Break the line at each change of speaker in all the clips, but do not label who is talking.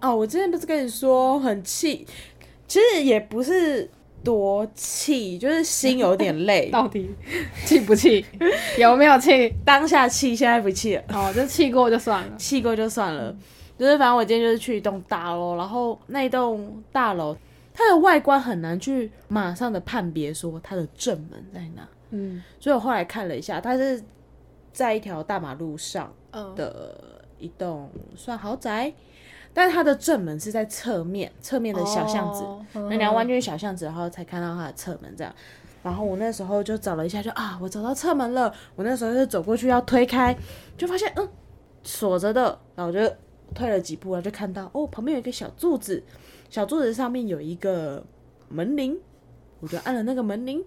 哦，我之前不是跟你说很气，其实也不是多气，就是心有点累，
到底气不气？有没有气？
当下气，现在不气了，
哦，就气过就算了。
气过就算了。就是反正我今天就是去一栋大楼，然后那一栋大楼它的外观很难去马上的判别说它的正门在哪，
嗯
所以我后来看了一下，它是在一条大马路上，
嗯
的一栋算豪宅，但是它的正门是在侧面，侧面的小巷
哦
子，那你要弯进去小巷子，然后才看到它的侧门这样。然后我那时候就找了一下就，啊，我找到侧门了。我那时候就走过去要推开，就发现嗯锁着的，然后我就退了几步，然后就看到哦旁边有一个小柱子，小柱子上面有一个门铃，我就按了那个门铃，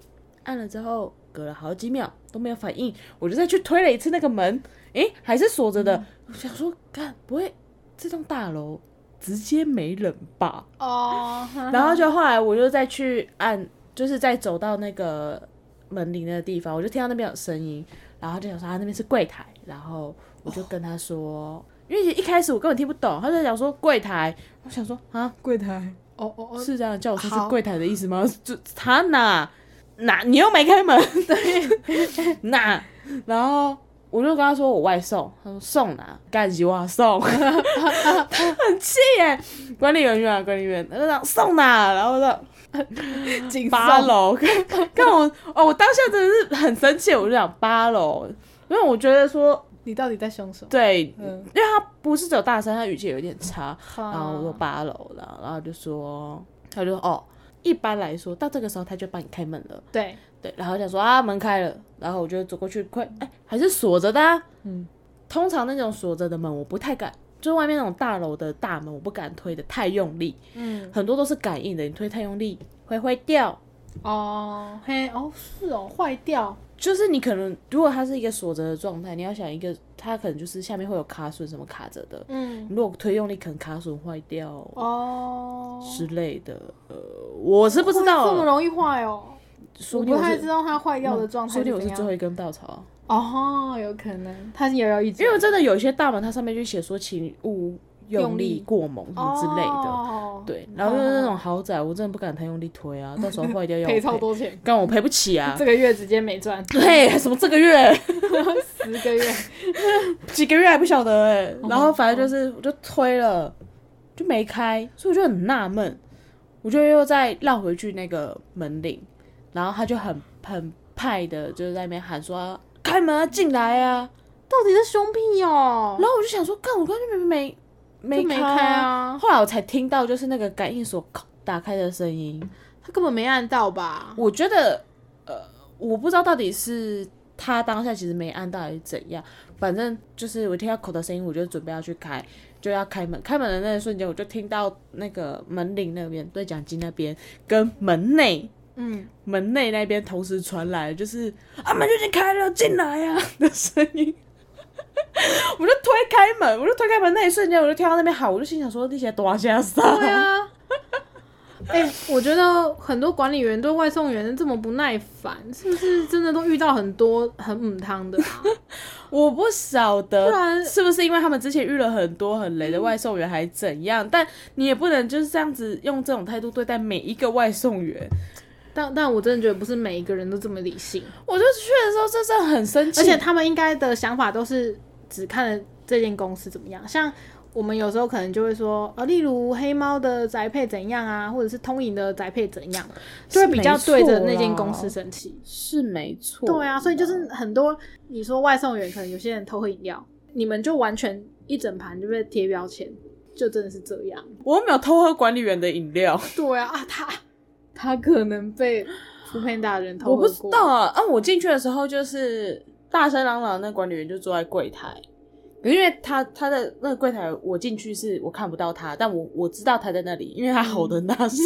按了之后隔了好几秒都没有反应，我就再去推了一次那个门，诶，还是锁着的。我想说，看不会这栋大楼直接没人吧？
哦，
然后就后来我就再去按，就是再走到那个门铃的地方，我就听到那边有声音，然后就想说啊那边是柜台，然后我就跟他说，因为一开始我根本听不懂，他在讲说柜台，我想说啊柜台
哦哦哦，
是这样叫我说
好
是柜台的意思吗？就他哪哪你又没开门， 对哪，然后。我就跟他说我外送，他说送哪干什么送，他很气耶！管理员去哪？管理员，他就讲送哪，然后我说
紧
八
了。
楼，看看我哦，我当下真的是很生气，我就想八楼，因为我觉得说
你到底在凶什么？
对，
嗯，
因为他不是只有大声，他语气有点差，然后哦我说
好，
八楼了，然后就说，他就说哦，一般来说到这个时候他就帮你开门了，
对，
对，然后想说啊门开了，然后我就走过去，快，哎、还是锁着的、啊，
嗯，
通常那种锁着的门我不太敢，就外面那种大楼的大门我不敢推的太用力，
嗯，
很多都是感应的，你推太用力会坏掉。
哦，嘿，哦，是哦，坏掉，
就是你可能，如果它是一个锁着的状态，你要想一个，它可能就是下面会有卡榫什么卡着的，
嗯，
如果推用力，可能卡榫坏掉
哦，
之类的。呃，我是不知
会这么
道，
容易坏哦，
说
我
不定
不
我
太
是
知道它坏掉的状态
说不
是
定我是
怎
最
样。
后一根稻草啊，
哦，有可能，它是摇摇欲坠，
因为真的有一些大门它上面就写说请勿用
用力
力过猛什么之类的，
哦、
对。然后就是那种豪宅，我真的不敢太用力推啊，到时候坏掉要我
赔超，多钱，
但 我赔不起 啊。
这个月直接没赚
对，什么这个月
十个月，
几个月还不晓得哎、然后反正就是我就推了，就没开，所以我就很纳闷，我就又再绕回去那个门铃，然后他就很很派的，就是在那边喊说开门啊，进来啊，
到底是凶屁哦，
然后我就想说，干我刚才明明没
就
没
没
开
开，啊，
后来我才听到就是那个感应锁咔打开的声音，
他根本没按到吧？
我觉得呃，我不知道到底是。他当下其实没按到底是怎样，反正就是我听到口的声音，我就准备要去开，就要开门。开门的那一瞬间，我就听到那个门铃那边、对讲机那边跟门内、
嗯，
门内那边同时传来，就是啊门就已经开了，进来呀、 的声音。我就推开门，我就推开门那一瞬间，我就听到那边喊，我就心想说那些多下啥？
对啊。 哎、我觉得很多管理员对外送员这么不耐烦，是不是真的都遇到很多很母汤的、 啊？
我不晓得，
不然嗯
是不是因为他们之前遇了很多很雷的外送员，还怎样？但你也不能就是这样子用这种态度对待每一个外送员。
但但我真的觉得不是每一个人都这么理性，
我就去的时候，这真的很生气，
而且他们应该的想法都是只看了这间公司怎么样。像我们有时候可能就会说，呃，例如黑猫的宅配怎样啊，或者是通营的宅配怎样，就会比较对着那间公司生气。
是没错。
对啊，所以就是很多你说外送员可能有些人偷喝饮料，你们就完全一整盘就被贴标签，就真的是这样。
我又没有偷喝管理员的饮料，
对啊，啊他 他可能被福佩大人偷
我
喝
不知
过，
道啊。啊，我进去的时候就是大声嚷嚷，那管理员就坐在柜台。可是因为他他的那个柜台，我进去是我看不到他，但我我知道他在那里，因为他吼的很大声，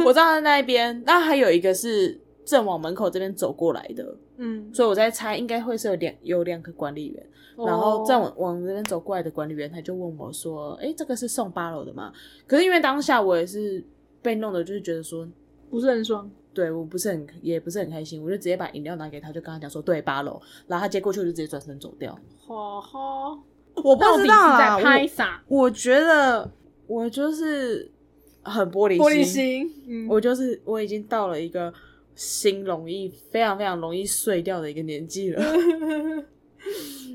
我知道他在那一边。那还有一个是正往门口这边走过来的，
嗯，
所以我在猜应该会是有两有两个管理员，然
哦
后再往往这边走过来的管理员，他就问我说：“诶，这个是送八楼的吗？”可是因为当下我也是被弄的，就是觉得说，
不是很爽。
对我不是很也不是很开心，我就直接把饮料拿给他，就跟他讲说：“对，八楼。”然后他接过去，我就直接转身走掉。
吼吼，
啊我
到底是在拍啥？
我觉得我就是很玻璃
玻璃心，嗯，
我就是我已经到了一个心容易非常非常容易碎掉的一个年纪 了。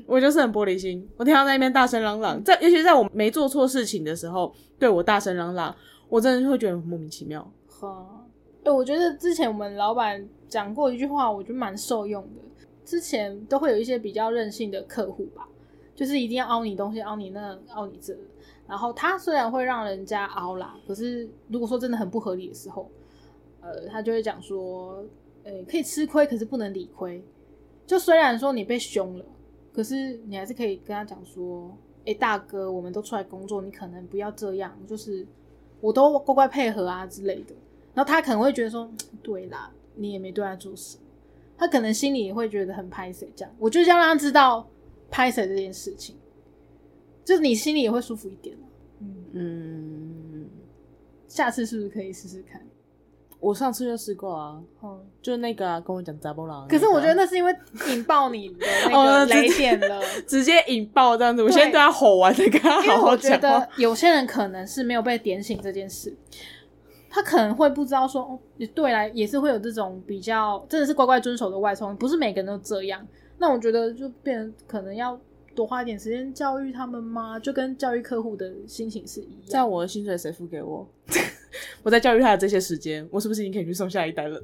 我就是很玻璃心，我听到在那边大声嚷嚷，在尤其在我没做错事情的时候，对我大声嚷嚷，我真的会觉得很莫名其妙。
哈，哎，我觉得之前我们老板讲过一句话，我觉得蛮受用的。之前都会有一些比较任性的客户吧，就是一定要凹你东西，凹你那，凹你这。然后他虽然会让人家凹啦，可是如果说真的很不合理的时候，呃，他就会讲说，呃，可以吃亏，可是不能理亏。就虽然说你被凶了，可是你还是可以跟他讲说，哎，大哥，我们都出来工作，你可能不要这样，就是我都乖乖配合啊之类的。然后他可能会觉得说，对啦，你也没对他做什么，他可能心里也会觉得很拍谁这样。我就是要让他知道拍谁这件事情，就是你心里也会舒服一点啊嗯，
嗯，
下次是不是可以试试看？
我上次就试过啊，
哦、
就那个、啊、跟我讲杂波狼，
可是我觉得那是因为引爆你的那
嗯 哦
个雷
这
点了。
直接引爆这样子，我
对
现在对他吼完再跟他
因为
好好
我觉
讲哦话
得。有些人可能是没有被点醒这件事，他可能会不知道说，哦，也对啦，也是会有这种比较真的是乖乖遵守的外送，不是每个人都这样。那我觉得就变成可能要多花一点时间教育他们嘛，就跟教育客户的心情是一
这
样。
样我的薪水谁付给我？ 我在教育他的这些时间，我是不是已经可以去送下一单了？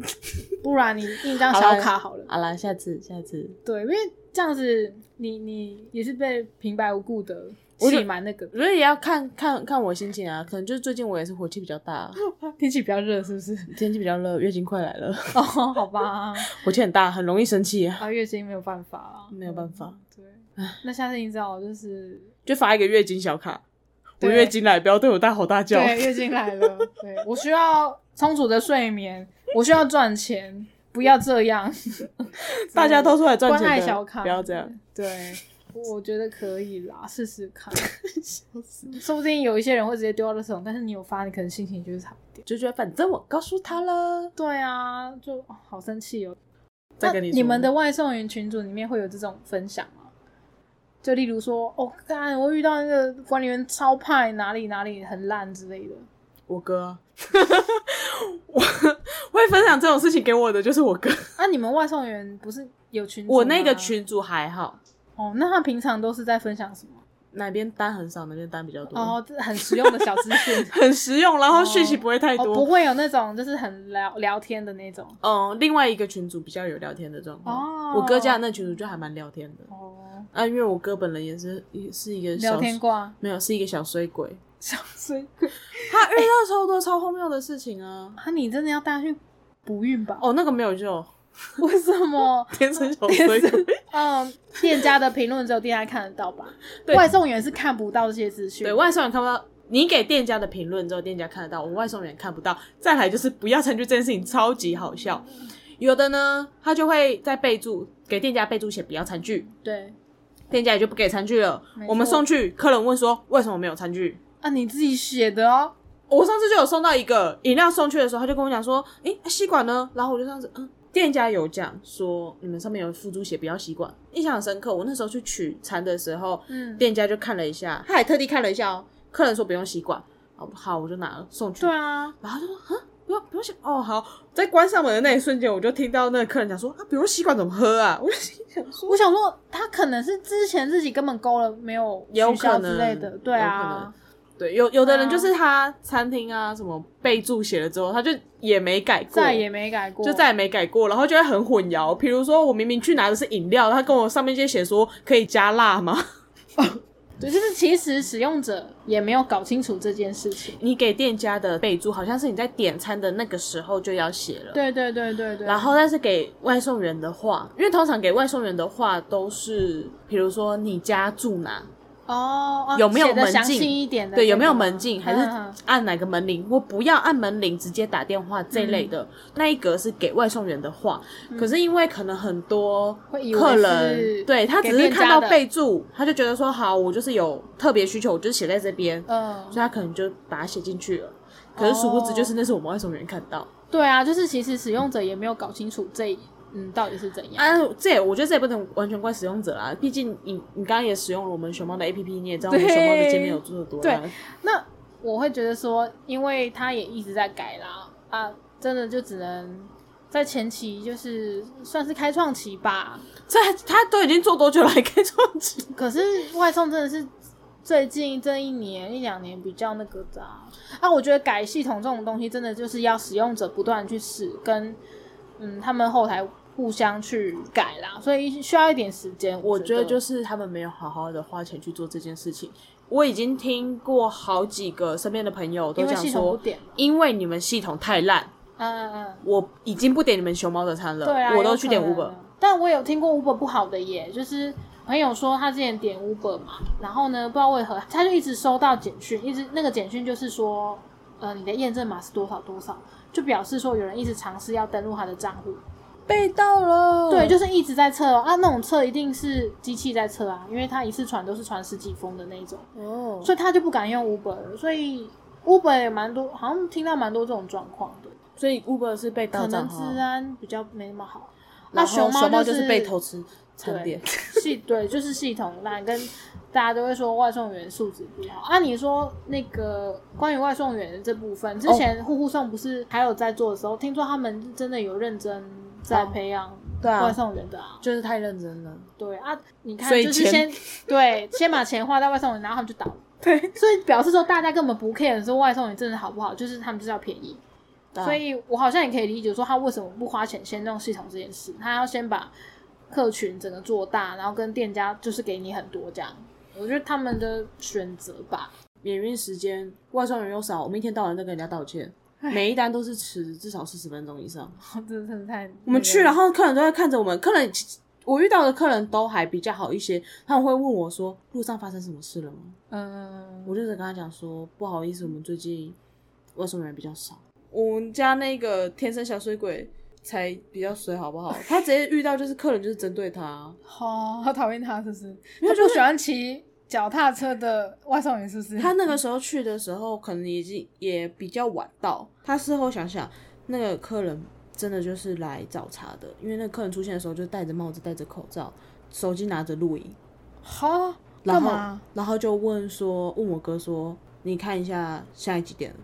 不然你印张
好
小
啦
卡 好了，
好啦，下次下次，
对，因为这样子你你也是被平白无故的
我就
气蛮那个
我觉得也要看看看我心情啊，可能就是最近我也是火气比较大，
天气比较热，是不是？
天气比较热，月经快来了，
哦，好吧，
火气很大，很容易生气、啊，
啊，月经没有办法啊，
没有办法
嗯。对，那下次你知道就是
就发一个月经小卡。我
对
月经来，不要对我大吼大 叫。
对月经来了，对我需要充足的睡眠，我需要赚钱，不要这样，
大家都出来赚
关
钱的，
爱小康，
不要这样。。
对，我我觉得可以啦，试试 看，说不定有一些人会直接丢到垃圾桶，但是你有发，你可能心情就是好一点。
就觉得反正我告诉他了，
对啊，就哦好生气哦。
再跟你
那
说
你们的外送员群组里面会有这种分享吗？就例如说，哦，干，我遇到那个管理员超派，哪里哪里很烂之类的。
我哥 啊，我 会分享这种事情给我的就是我 哥。
啊，你们外送员不是有群组吗？
我那个群主还好，
哦，那他平常都是在分享什么？
哪边单很少，哪边单比较多，，
哦，这很实用的小资讯
很实用，然后讯息不会 太
哦，
多。
不会有那种就是很聊聊天的那种。
嗯，另外一个群主比较有聊天的状况。
哦
我哥家的那群主就还蛮聊天的。
哦，
啊，因为我哥本人也是一是一个小
聊天挂，
没有是一个小衰鬼，
小水
他遇到超多超荒谬的事情啊。
啊，你真的要带他去补孕吧？
哦，那个没有救，
为什么？
天生 小衰鬼。
嗯，店家的评论只有店家看得到吧？
对
外送员是看不到这些资讯。
对外送员看不到，你给店家的评论之后，店家看得到，我们外送员看不到。再来就是不要参与这件事情，超级好笑。有的呢，他就会在备注给店家备注写不要餐具，
对
店家也就不给餐具了
嗯没。错
我们送去，客人问说为什么没有餐具？
啊，你自己写的哦。
我上次就有送到一个饮料送去的时候，他就跟我讲说，诶、吸管呢？然后我就这样子，嗯，店家有讲说你们上面有附注写不要吸管，印象很深刻。我那时候去取餐的时候，
嗯，
店家就看了一下，他还特地看了一下哦。客人说不用吸管，好好我就拿了送去。
对，啊，
然后他就说啊，不用不用吸哦，好。在关上门的那一瞬间，我就听到那个客人讲说啊，不用吸管怎么喝啊？我就心想说，
我想说他可能是之前自己根本勾了没有
有
取消
可能
之类的，对
有可能
啊，
对，有有的人
啊
就是他餐厅啊什么备注写了之后，他就也没改过，
再也没改过，
就再也没改过，然后就会很混淆。比如说我明明去拿的是饮料，他跟我上面就写说可以加辣吗？
对，就是其实使用者也没有搞清楚这件事情。
你给店家的备注好像是你在点餐的那个时候就要写了。
对对对对对，
然后，但是给外送员的话，因为通常给外送员的话都是，比如说你家住哪，
哦，啊
有没有
写得
门禁
详细一点的那个吗？
对，有没有门禁，还
嗯嗯
是按哪个门铃，或不要按门铃，直接打电话这类的。那一格是给外送员的话，可是因为可能很多
会以为
客
是
人对他
给
嗯只是
店
看
家
到
的
备注，他就觉得说好，我就是有特别需求，我就写在这边，
嗯
所以他可能就把它写进去了。可是殊不知，就是那是我们外送员看到。
对啊，就是其实使用者也没有搞清楚这嗯到底是怎样。
啊，这也我觉得这也不能完全怪使用者啦，毕竟你你刚刚也使用了我们熊猫的 APP，你也知道我们
对
熊猫的界面有做的多
对
烂。
那我会觉得说，因为它也一直在改啦，啊，真的就只能在前期就是算是开创期吧。
这他都已经做多久了，还开创期？
可是外送真的是最近这一年一两年比较那个的啊，啊我觉得改系统这种东西，真的就是要使用者不断地去试，跟嗯他们后台互相去改啦，所以需要一点时间。
我觉
觉
得就是是他们没有好好的花钱去做这件事情。我已经听过好几个身边的朋友都
因为
讲
系统不
说，
点嘛，
因为你们系统太烂，
嗯嗯嗯。
我已经不点你们熊猫的餐了，
对啊，
我都
有
去
可
点
能
Uber
啊。但我有听过 Uber 不好的耶，就是朋友说他之前点 Uber 嘛，然后呢，不知道为何他就一直收到简讯，一直那个简讯就是说，呃，你的验证码是多少多少，就表示说有人一直尝试要登录他的账户，
被盗了。
对，就是一直在测哦、啊，那种测一定是机器在测啊，因为他一次传都是传十几封的那种，
哦，
所以他就不敢用 Uber，了所以 Uber 也蛮多，好像听到蛮多这种状况的，
所以 Uber 是被盗
可能
账
治
号，啊
安比较没那么好。那
然后
猫
猫
就是
被偷吃餐点。
系对，就是系统烂，跟大家都会说外送员素质不好。啊，你说那个关于外送员的这部分，
哦
之前户户送不是还有在做的时候，听说他们真的有认真在
哦
培养
对
外
啊，
送员的啊。
就是太认真了。
对啊，你看
所以
就是
钱
先对先把钱花在外送员，然后他们就倒了。
对，
所以表示说大家根本不 care 说外送员真的好不好，就是他们就是要便宜。
啊
所以我好像也可以理解说他为什么不花钱先弄系统这件事，他要先把客群整个做大，然后跟店家就是给你很多这样。我觉得他们的选择吧，
免运时间，外送人又少，我们一天到晚在跟人家道歉，每一单都是迟至少四十分钟以上。
真的是太
我们去，然后客人都在看着我们，客人我遇到的客人都还比较好一些，他们会问我说路上发生什么事了吗？
嗯，
我就是跟他讲说不好意思，我们最近外送人比较少，我们家那个天生小水鬼才比较水好不好？他直接遇到就是客人就是针对他，啊
哦，好讨厌他是不是？他不喜欢骑脚踏车的外送员是不是？
他那个时候去的时候，可能已经也比较晚到。他事后想想，那个客人真的就是来找茬的，因为那个客人出现的时候就戴着帽子、戴着口罩，手机拿着录影，
好
然
干
后
嘛？
然后就问说，问我哥说，你看一下现在几点了？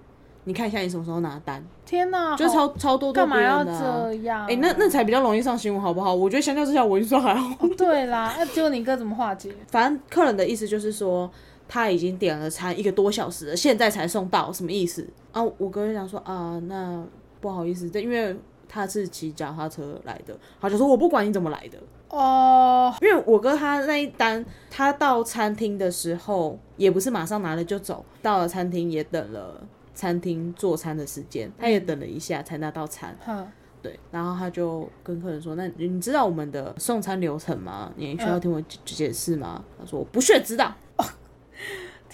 你看一下你什么时候拿单？
天哪，
就
好
超超多对
哦干嘛
别
要
人的、啊
这。样？
哎、那那才比较 容易上新闻，好不好？我觉得相较之下，我已经算还好。
哦 对啦，那结果你哥怎么化解？
反正客人的意思就是说，他已经点了餐一个多小时了，现在才送到，什么意思啊？我哥就想说啊，那不好意思，对，因为他是骑脚踏车来的，他就说我不管你怎么来的，
哦，
因为我哥他那一单，他到餐厅的时候也不是马上拿了就走，到了餐厅也等了。餐厅做餐的时间，他也等了一下才拿到餐，
哼，
对，然后他就跟客人说：“那你知道我们的送餐流程吗？你需要听我解解释吗？”他说：“我不屑知道。”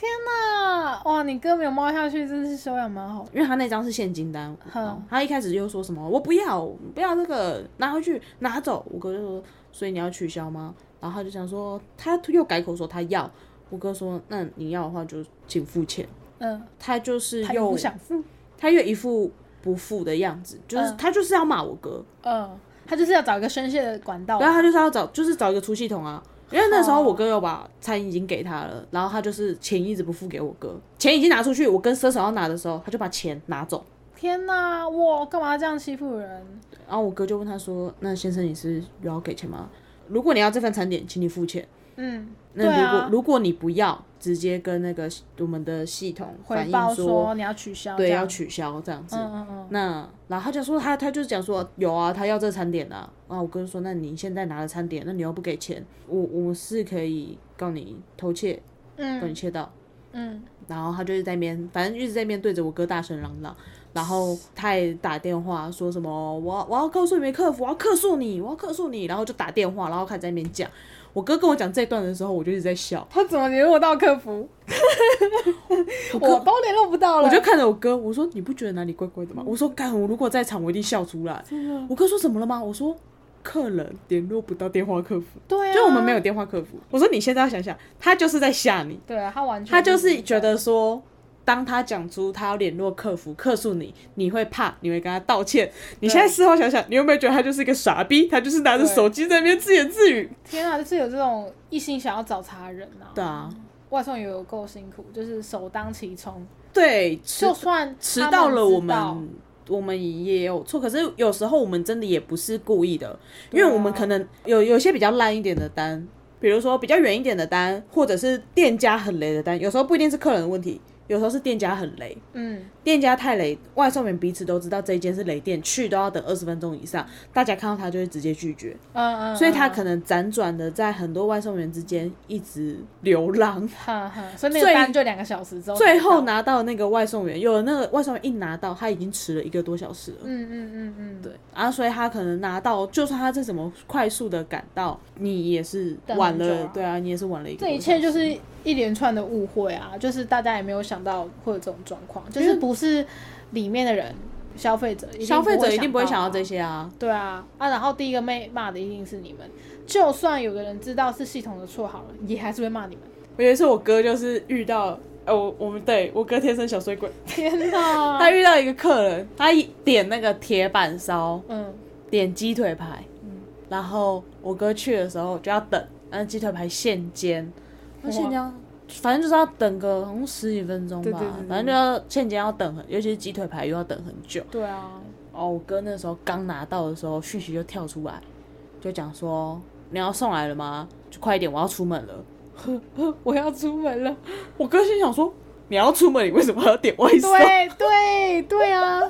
那哇，你哥没有猫下去，真是修养蛮好的。
因为他那张是现金单，哦
哼，
他一开始就说什么我不要，不要这个，拿回去拿走。我哥就说，所以你要取消吗？然后他就想说，他又改口说他要。我哥说，那你要的话就请付钱。
嗯，
他就是
他又
又
不想付，
他又一副不付的样子，就是、
嗯
他就是要骂我哥，
嗯，他就是要找一个宣泄的管道
然。后他就是要找就是找一个出系统啊。因为那时候
哦
我哥有把餐已经给他了，然后他就是钱一直不付给我哥，钱已经拿出去，我跟伸手要拿的时候，他就把钱拿走。
天哪，哇，干嘛这样欺负人？
然后我哥就问他说：“那先生，你是有要给钱吗？如果你要这份餐点，请你付钱。
嗯，
那
对
如果、
啊，
如果你不要，直接跟那个我们的系统反
回
映
报
说，
你要取消，
对，
这样
要。取消这样子。
嗯嗯嗯。
那然后他就说他他就讲说有啊，他要这餐点啊。然后我哥就说：那你现在拿了餐点，那你又不给钱，我我是可以告你偷窃，告你
嗯
窃盗。
嗯，
然后他就是在那边，反正一直在那边对着我哥大声嚷嚷，然后他也打电话说什么我我要告诉你们客服，我要客诉你，我要客诉你，然后就打电话，然后开始在那边讲。我哥跟我讲这段的时候，我就一直在笑，
他怎么联络到客服？我都联络不到了。
我就看着我哥，我说你不觉得哪里怪怪的吗？我说干，我如果在场，我一定笑出来。我哥说怎么了吗？我说客人联络不到电话客服，
对啊，
就我们没有电话客服。我说你现在要想想，他就是在吓你。
对啊，他完全
他就是觉得说，当他讲出他要联络客服客诉你，你会怕，你会跟他道歉。你现在事后想想，你有没有觉得他就是一个傻逼？他就是拿着
对
手机在那边自言自语。
天啊，就是有这种一心想要找茬的人啊。
对啊，
外送也有够辛苦，就是首当其冲。
对，迟
就算
迟
他们
到了，我
知道
们我们也有错。可是有时候我们真的也不是故意的，
啊
因为我们可能有有些比较烂一点的单，比如说比较远一点的单，或者是店家很雷的单，有时候不一定是客人的问题，有时候是店家很雷。
嗯，
店家太雷，外送员彼此都知道这一间是雷店，去都要等二十分钟以上，大家看到他就会直接拒绝，
嗯嗯，
所以他可能辗转的在很多外送员之间一直流浪。
哈哈，所以那个
最
单就两个小时之后才到，
最后拿到那个外送员，有的那个外送员一拿到，他已经迟了一个多小时了。
嗯，嗯嗯嗯嗯，
对，啊，所以他可能拿到，就算他再怎么快速的赶到，你也是晚
等很久
了，
啊
对啊，你也是晚了一个多
这
小
一
时。
切就是一连串的误会啊，就是大家也没有想到会有这种状况，就是不是里面的人，消费者，
消费者一定不会想
到
到
啊
这。些啊，
对啊，啊，然后第一个被骂的一定是你们，就算有个人知道是系统的错好了，也还是会骂你们。
我有一次我哥就是遇到，呃，我我们对我哥天生小水鬼，
天哪！
他遇到一个客人，他一点那个铁板烧，
嗯，
点鸡腿排，然后我哥去的时候就要等，但是鸡腿排现煎，那现煎要反正就是要等个好像十几分钟吧，
对对对对
反正就要现煎要等很，尤其是鸡腿排又要等很久。
对啊，
哦，我哥那时候刚拿到的时候，讯息就跳出来，就讲说你要送来了吗？就快一点，我要出门了。
我要出门了。
我哥心想说。你要出门，你为什么还要点外送？
对对对 啊，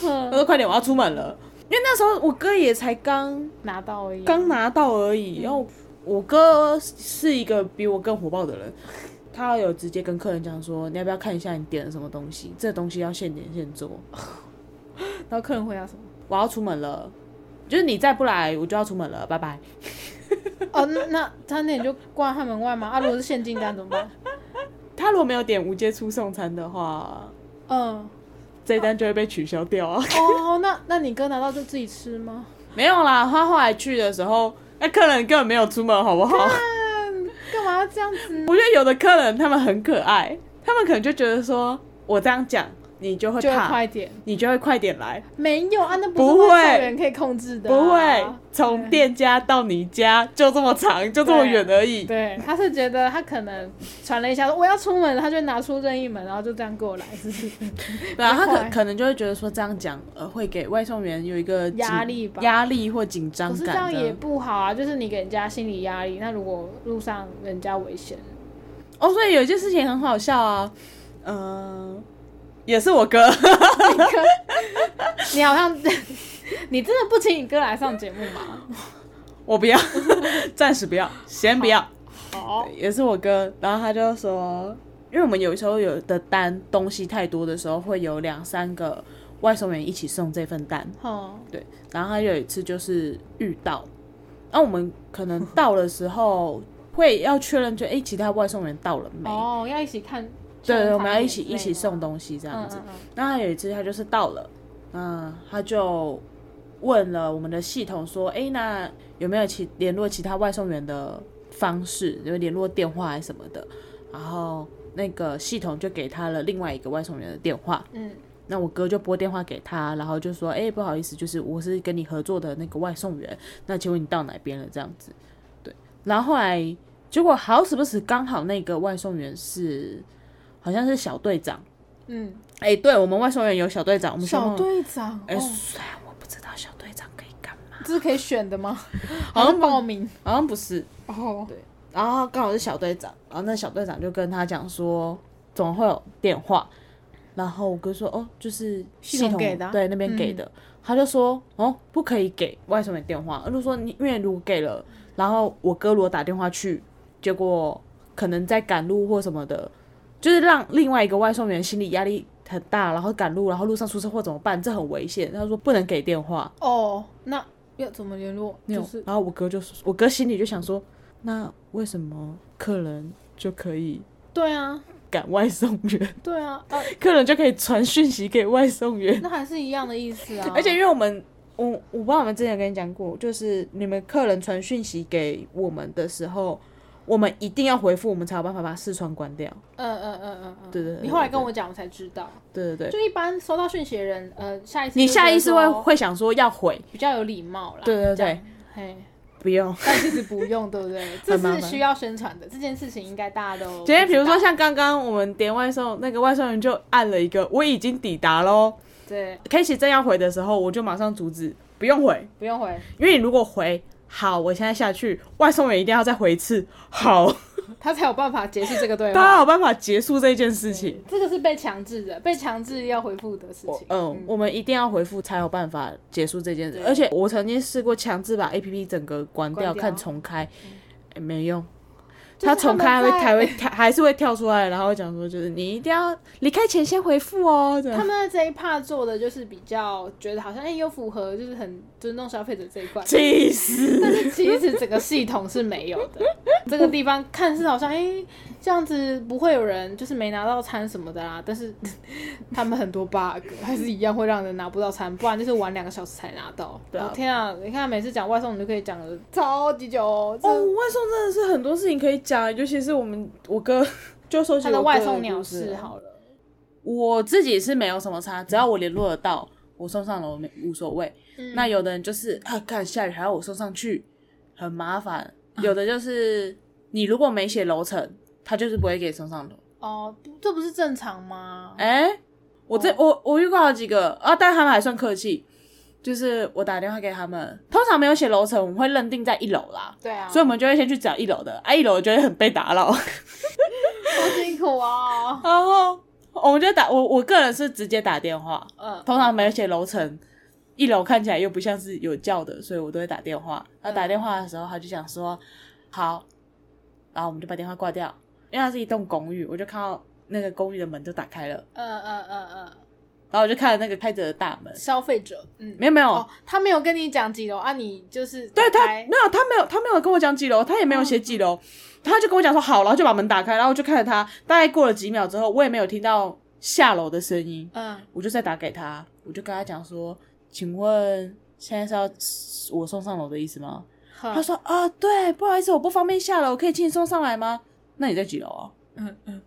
他说：“快点，我要出门了。”因为那时候我哥也才刚
拿到而已。
刚拿到而已。然后我哥是一个比我更火爆的人，他有直接跟客人讲说：“你要不要看一下你点了什么东西？这东西要现点现做。
然后客人回答什么？”
我要出门了，就是你再不来，我就要出门了，拜拜。
哦，那那他那你就挂他门外吗？啊，如果是现金单怎么办？
他如果没有点无接触送餐的话，
嗯，
这一单就会被取消掉啊。
哦，那那你哥拿到就自己吃吗？
没有啦，他后来去的时候，那客人根本没有出门，好不好？
嗯，干嘛要这样子？
我觉得有的客人他们很可爱，他们可能就觉得说我这样讲，你就会
就
怕，
快点。
你就会快点来。
没有啊，那不
不
是
会
外送员可以控制的啊、
不会，从店家到你家就这么长，就这么远而已。
对，他是觉得他可能传了一下说我要出门了，他就拿出任意门，然后就这样过来，是不是？
对啊，他
快
可可能就会觉得说这样讲，呃，会给外送员有一个紧
压力吧
压力或紧张感
可是
的。
这样也不好啊，就是你给人家心理压力。那如果路上人家 危险，
哦，所以有一件事情很好笑啊，嗯、也是我哥，
你好像 你真的不请你哥来上节目吗？
我不要， 暂时不要，先不要。
好，
也是我哥，然后他就说，因为我们有时候有的单东西太多的时候，会有两三个外送员一起送这份单。
哦，
对，然后他有一次就是遇到，那、我们可能到的时 候会要确认就，诶哎其他外送员到了没？
哦，要一起看，
对，
送
我们要一起
餐也
一起
累
送
吗
东西这样子。
嗯嗯嗯
那他有一次他就是到了，嗯，他就问了我们的系统说，哎、那有没有其联络其他外送员的方式，有联络电话还是什么的？然后那个系统就给他了另外一个外送员的电话，
嗯，
那我哥就拨电话给他，然后就说：“哎、不好意思，就是我是跟你合作的那个外送员，那请问你到哪边了？”这样子，对。然后后来结果好死不死，刚好那个外送员是好像是小队长，
嗯，
哎、对我们外送员有小队长，我们先
小
问，
队长，
哎、
哦，
虽然我不知道小队长可以干嘛，
这是可以选的 吗？
好
好
像
像
不
报名
好像不是，
哦，
对，然后刚好是小队长，然后那小队长就跟他讲说，怎么会有电话？然后我哥说，哦，就是系
系统给的啊
对，那边给的。他就说，哦，不可以给外送员电话。他就说你，因为如果给了，然后我哥如果打电话去，结果可能在赶路或什么的，就是让另外一个外送员心理压力很大，然后赶路，然后路上出车祸怎么办？这很危险。他说不能给电话。
哦，那要怎么联络？
那
就
种
是
然后我哥就说，我哥心里就想说，那为什么客人就可以
对啊，
赶外送员，
对啊，啊，
客人就可以传讯息给外送员？
那还是一样的意思啊。
而且因为我们，我我不知道我们之前有跟你讲过，就是你们客人传讯息给我们的时候，我们一定要回复，我们才有办法把视窗关掉。
嗯，嗯嗯嗯嗯嗯，
对对对
你后来跟我讲，我才知道。
对对
就
对，
一般收到讯息的人，呃，下一次
你
就
下意识
觉得
会
说
会想说要回，
比较有礼貌啦。
对对
这
对
样。嘿，
不用。
但其实不用，对不对？ 这
很麻
是
烦
需要宣传的，这件事情应该大家都
今天比如
知道
说像刚刚我们点外送，那个外送员就按了一个我已经抵达喽
对，
，Casey 正要回的时候，我就马上阻止，不用回，
不用回，
因为你如果回好，我现在下去，外送员一定要再回一次，好，
他才有办法结束这个 对
大家
话。
有办法结束这件事情。
这个是被强制的，被强制要回复的事情。
嗯，我们一定要回复才有办法结束这件事
对。
而且我曾经试过强制把 A P P 整个关掉，
关掉嗯
看重开，诶没用。
就是
它重开还会
他们在
还会跳，还是会跳出来，然后讲说就是你一定要离开前先回复哦。这样
他们在这一 part 做的就是比较觉得好像哎、又符合就是很尊重消费者这一块，
气死！
但是其实整个系统是没有 的。这个地方看似好像哎、这样子不会有人就是没拿到餐什么的啦，但是他们很多 bug 还是一样会让人拿不到餐，不然就是玩两个小时才拿到。
对啊
哦天啊，你看每次讲外送你就可以讲的超级久、哦，这
哦，外送真的是很多事情可以讲，尤其是我们我哥 就说起
他
我
的
哥
外
的
送
故
鸟
事
事
啊
好了。
我自己是没有什么差，只要我联络得到，我送上楼没无所谓。
嗯
那有的人就是啊，看下雨还要我送上去，很麻烦。 有的就是你如果没写楼层，他就是不会给你送上楼。
哦，不这不是正常吗？
哎、我
哦
这、我我遇过好几个啊，但他们还算客气，就是我打电话给他们，通常没有写楼层，我们会认定在一楼啦。
对啊，
所以我们就会先去找一楼的，啊，一楼就会很被打扰，
好辛 苦啊、
然后我们就打我我个人是直接打电话，
嗯，
通常没有写楼层，一楼看起来又不像是有叫的，所以我都会打电话。然后打电话的时候，他就想说好，然后我们就把电话挂掉，因为它是一栋公寓，我就看到那个公寓的门就打开了，
嗯嗯嗯
然后我就看了那个开着的大门
嗯，，消费者，嗯，
没有没有，
哦，他没有跟你讲几楼啊，你就是
对他
打开
没有他没有他没有跟我讲几楼，他也没有写几楼，他就跟我讲说好，然后就把门打开，然后我就看着他，大概过了几秒之后，我也没有听到下楼的声音，
嗯，
我就再打给他，我就跟他讲说，请问现在是要我送上楼的意思吗？
好
他说啊，对，不好意思，我不方便下楼，可以请你送上来吗？那你在几楼啊？
嗯嗯，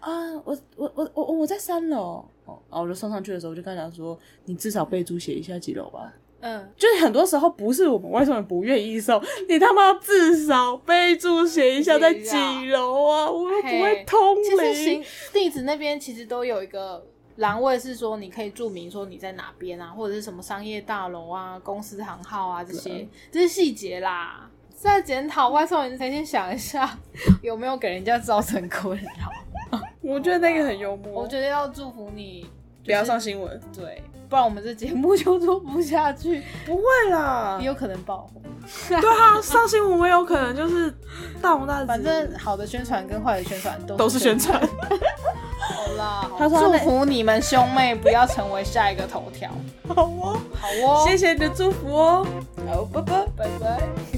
啊，我我我我我在三楼。哦，然后我就送上去的时候，我就跟他讲说，你至少备注写一下几楼吧。
嗯，
就是很多时候不是我们外送人不愿意送，你他妈至少备注写一下在几楼啊，我又不会通
其实
灵
行。地址那边其实都有一个栏位，是说你可以注明说你在哪边啊，或者是什么商业大楼啊、公司行号啊这些，这是细节啦。在检讨外送人，才先想一下有没有给人家造成困扰。
我觉得那个很幽默，
我觉得要祝福你，
啊不要上新闻，
对，不然我们这节目就做不下去，
不会啦
也。有可能爆红。
对啊，上新闻我有可能就是大红大紫，
反正好的宣传跟坏的宣传都
都是宣
传。
传。
好啦，
他说他
祝
那
福你们兄妹不要成为下一个头条，
好哦，
好哦，
谢谢你的祝福哦。
好，拜拜，拜拜。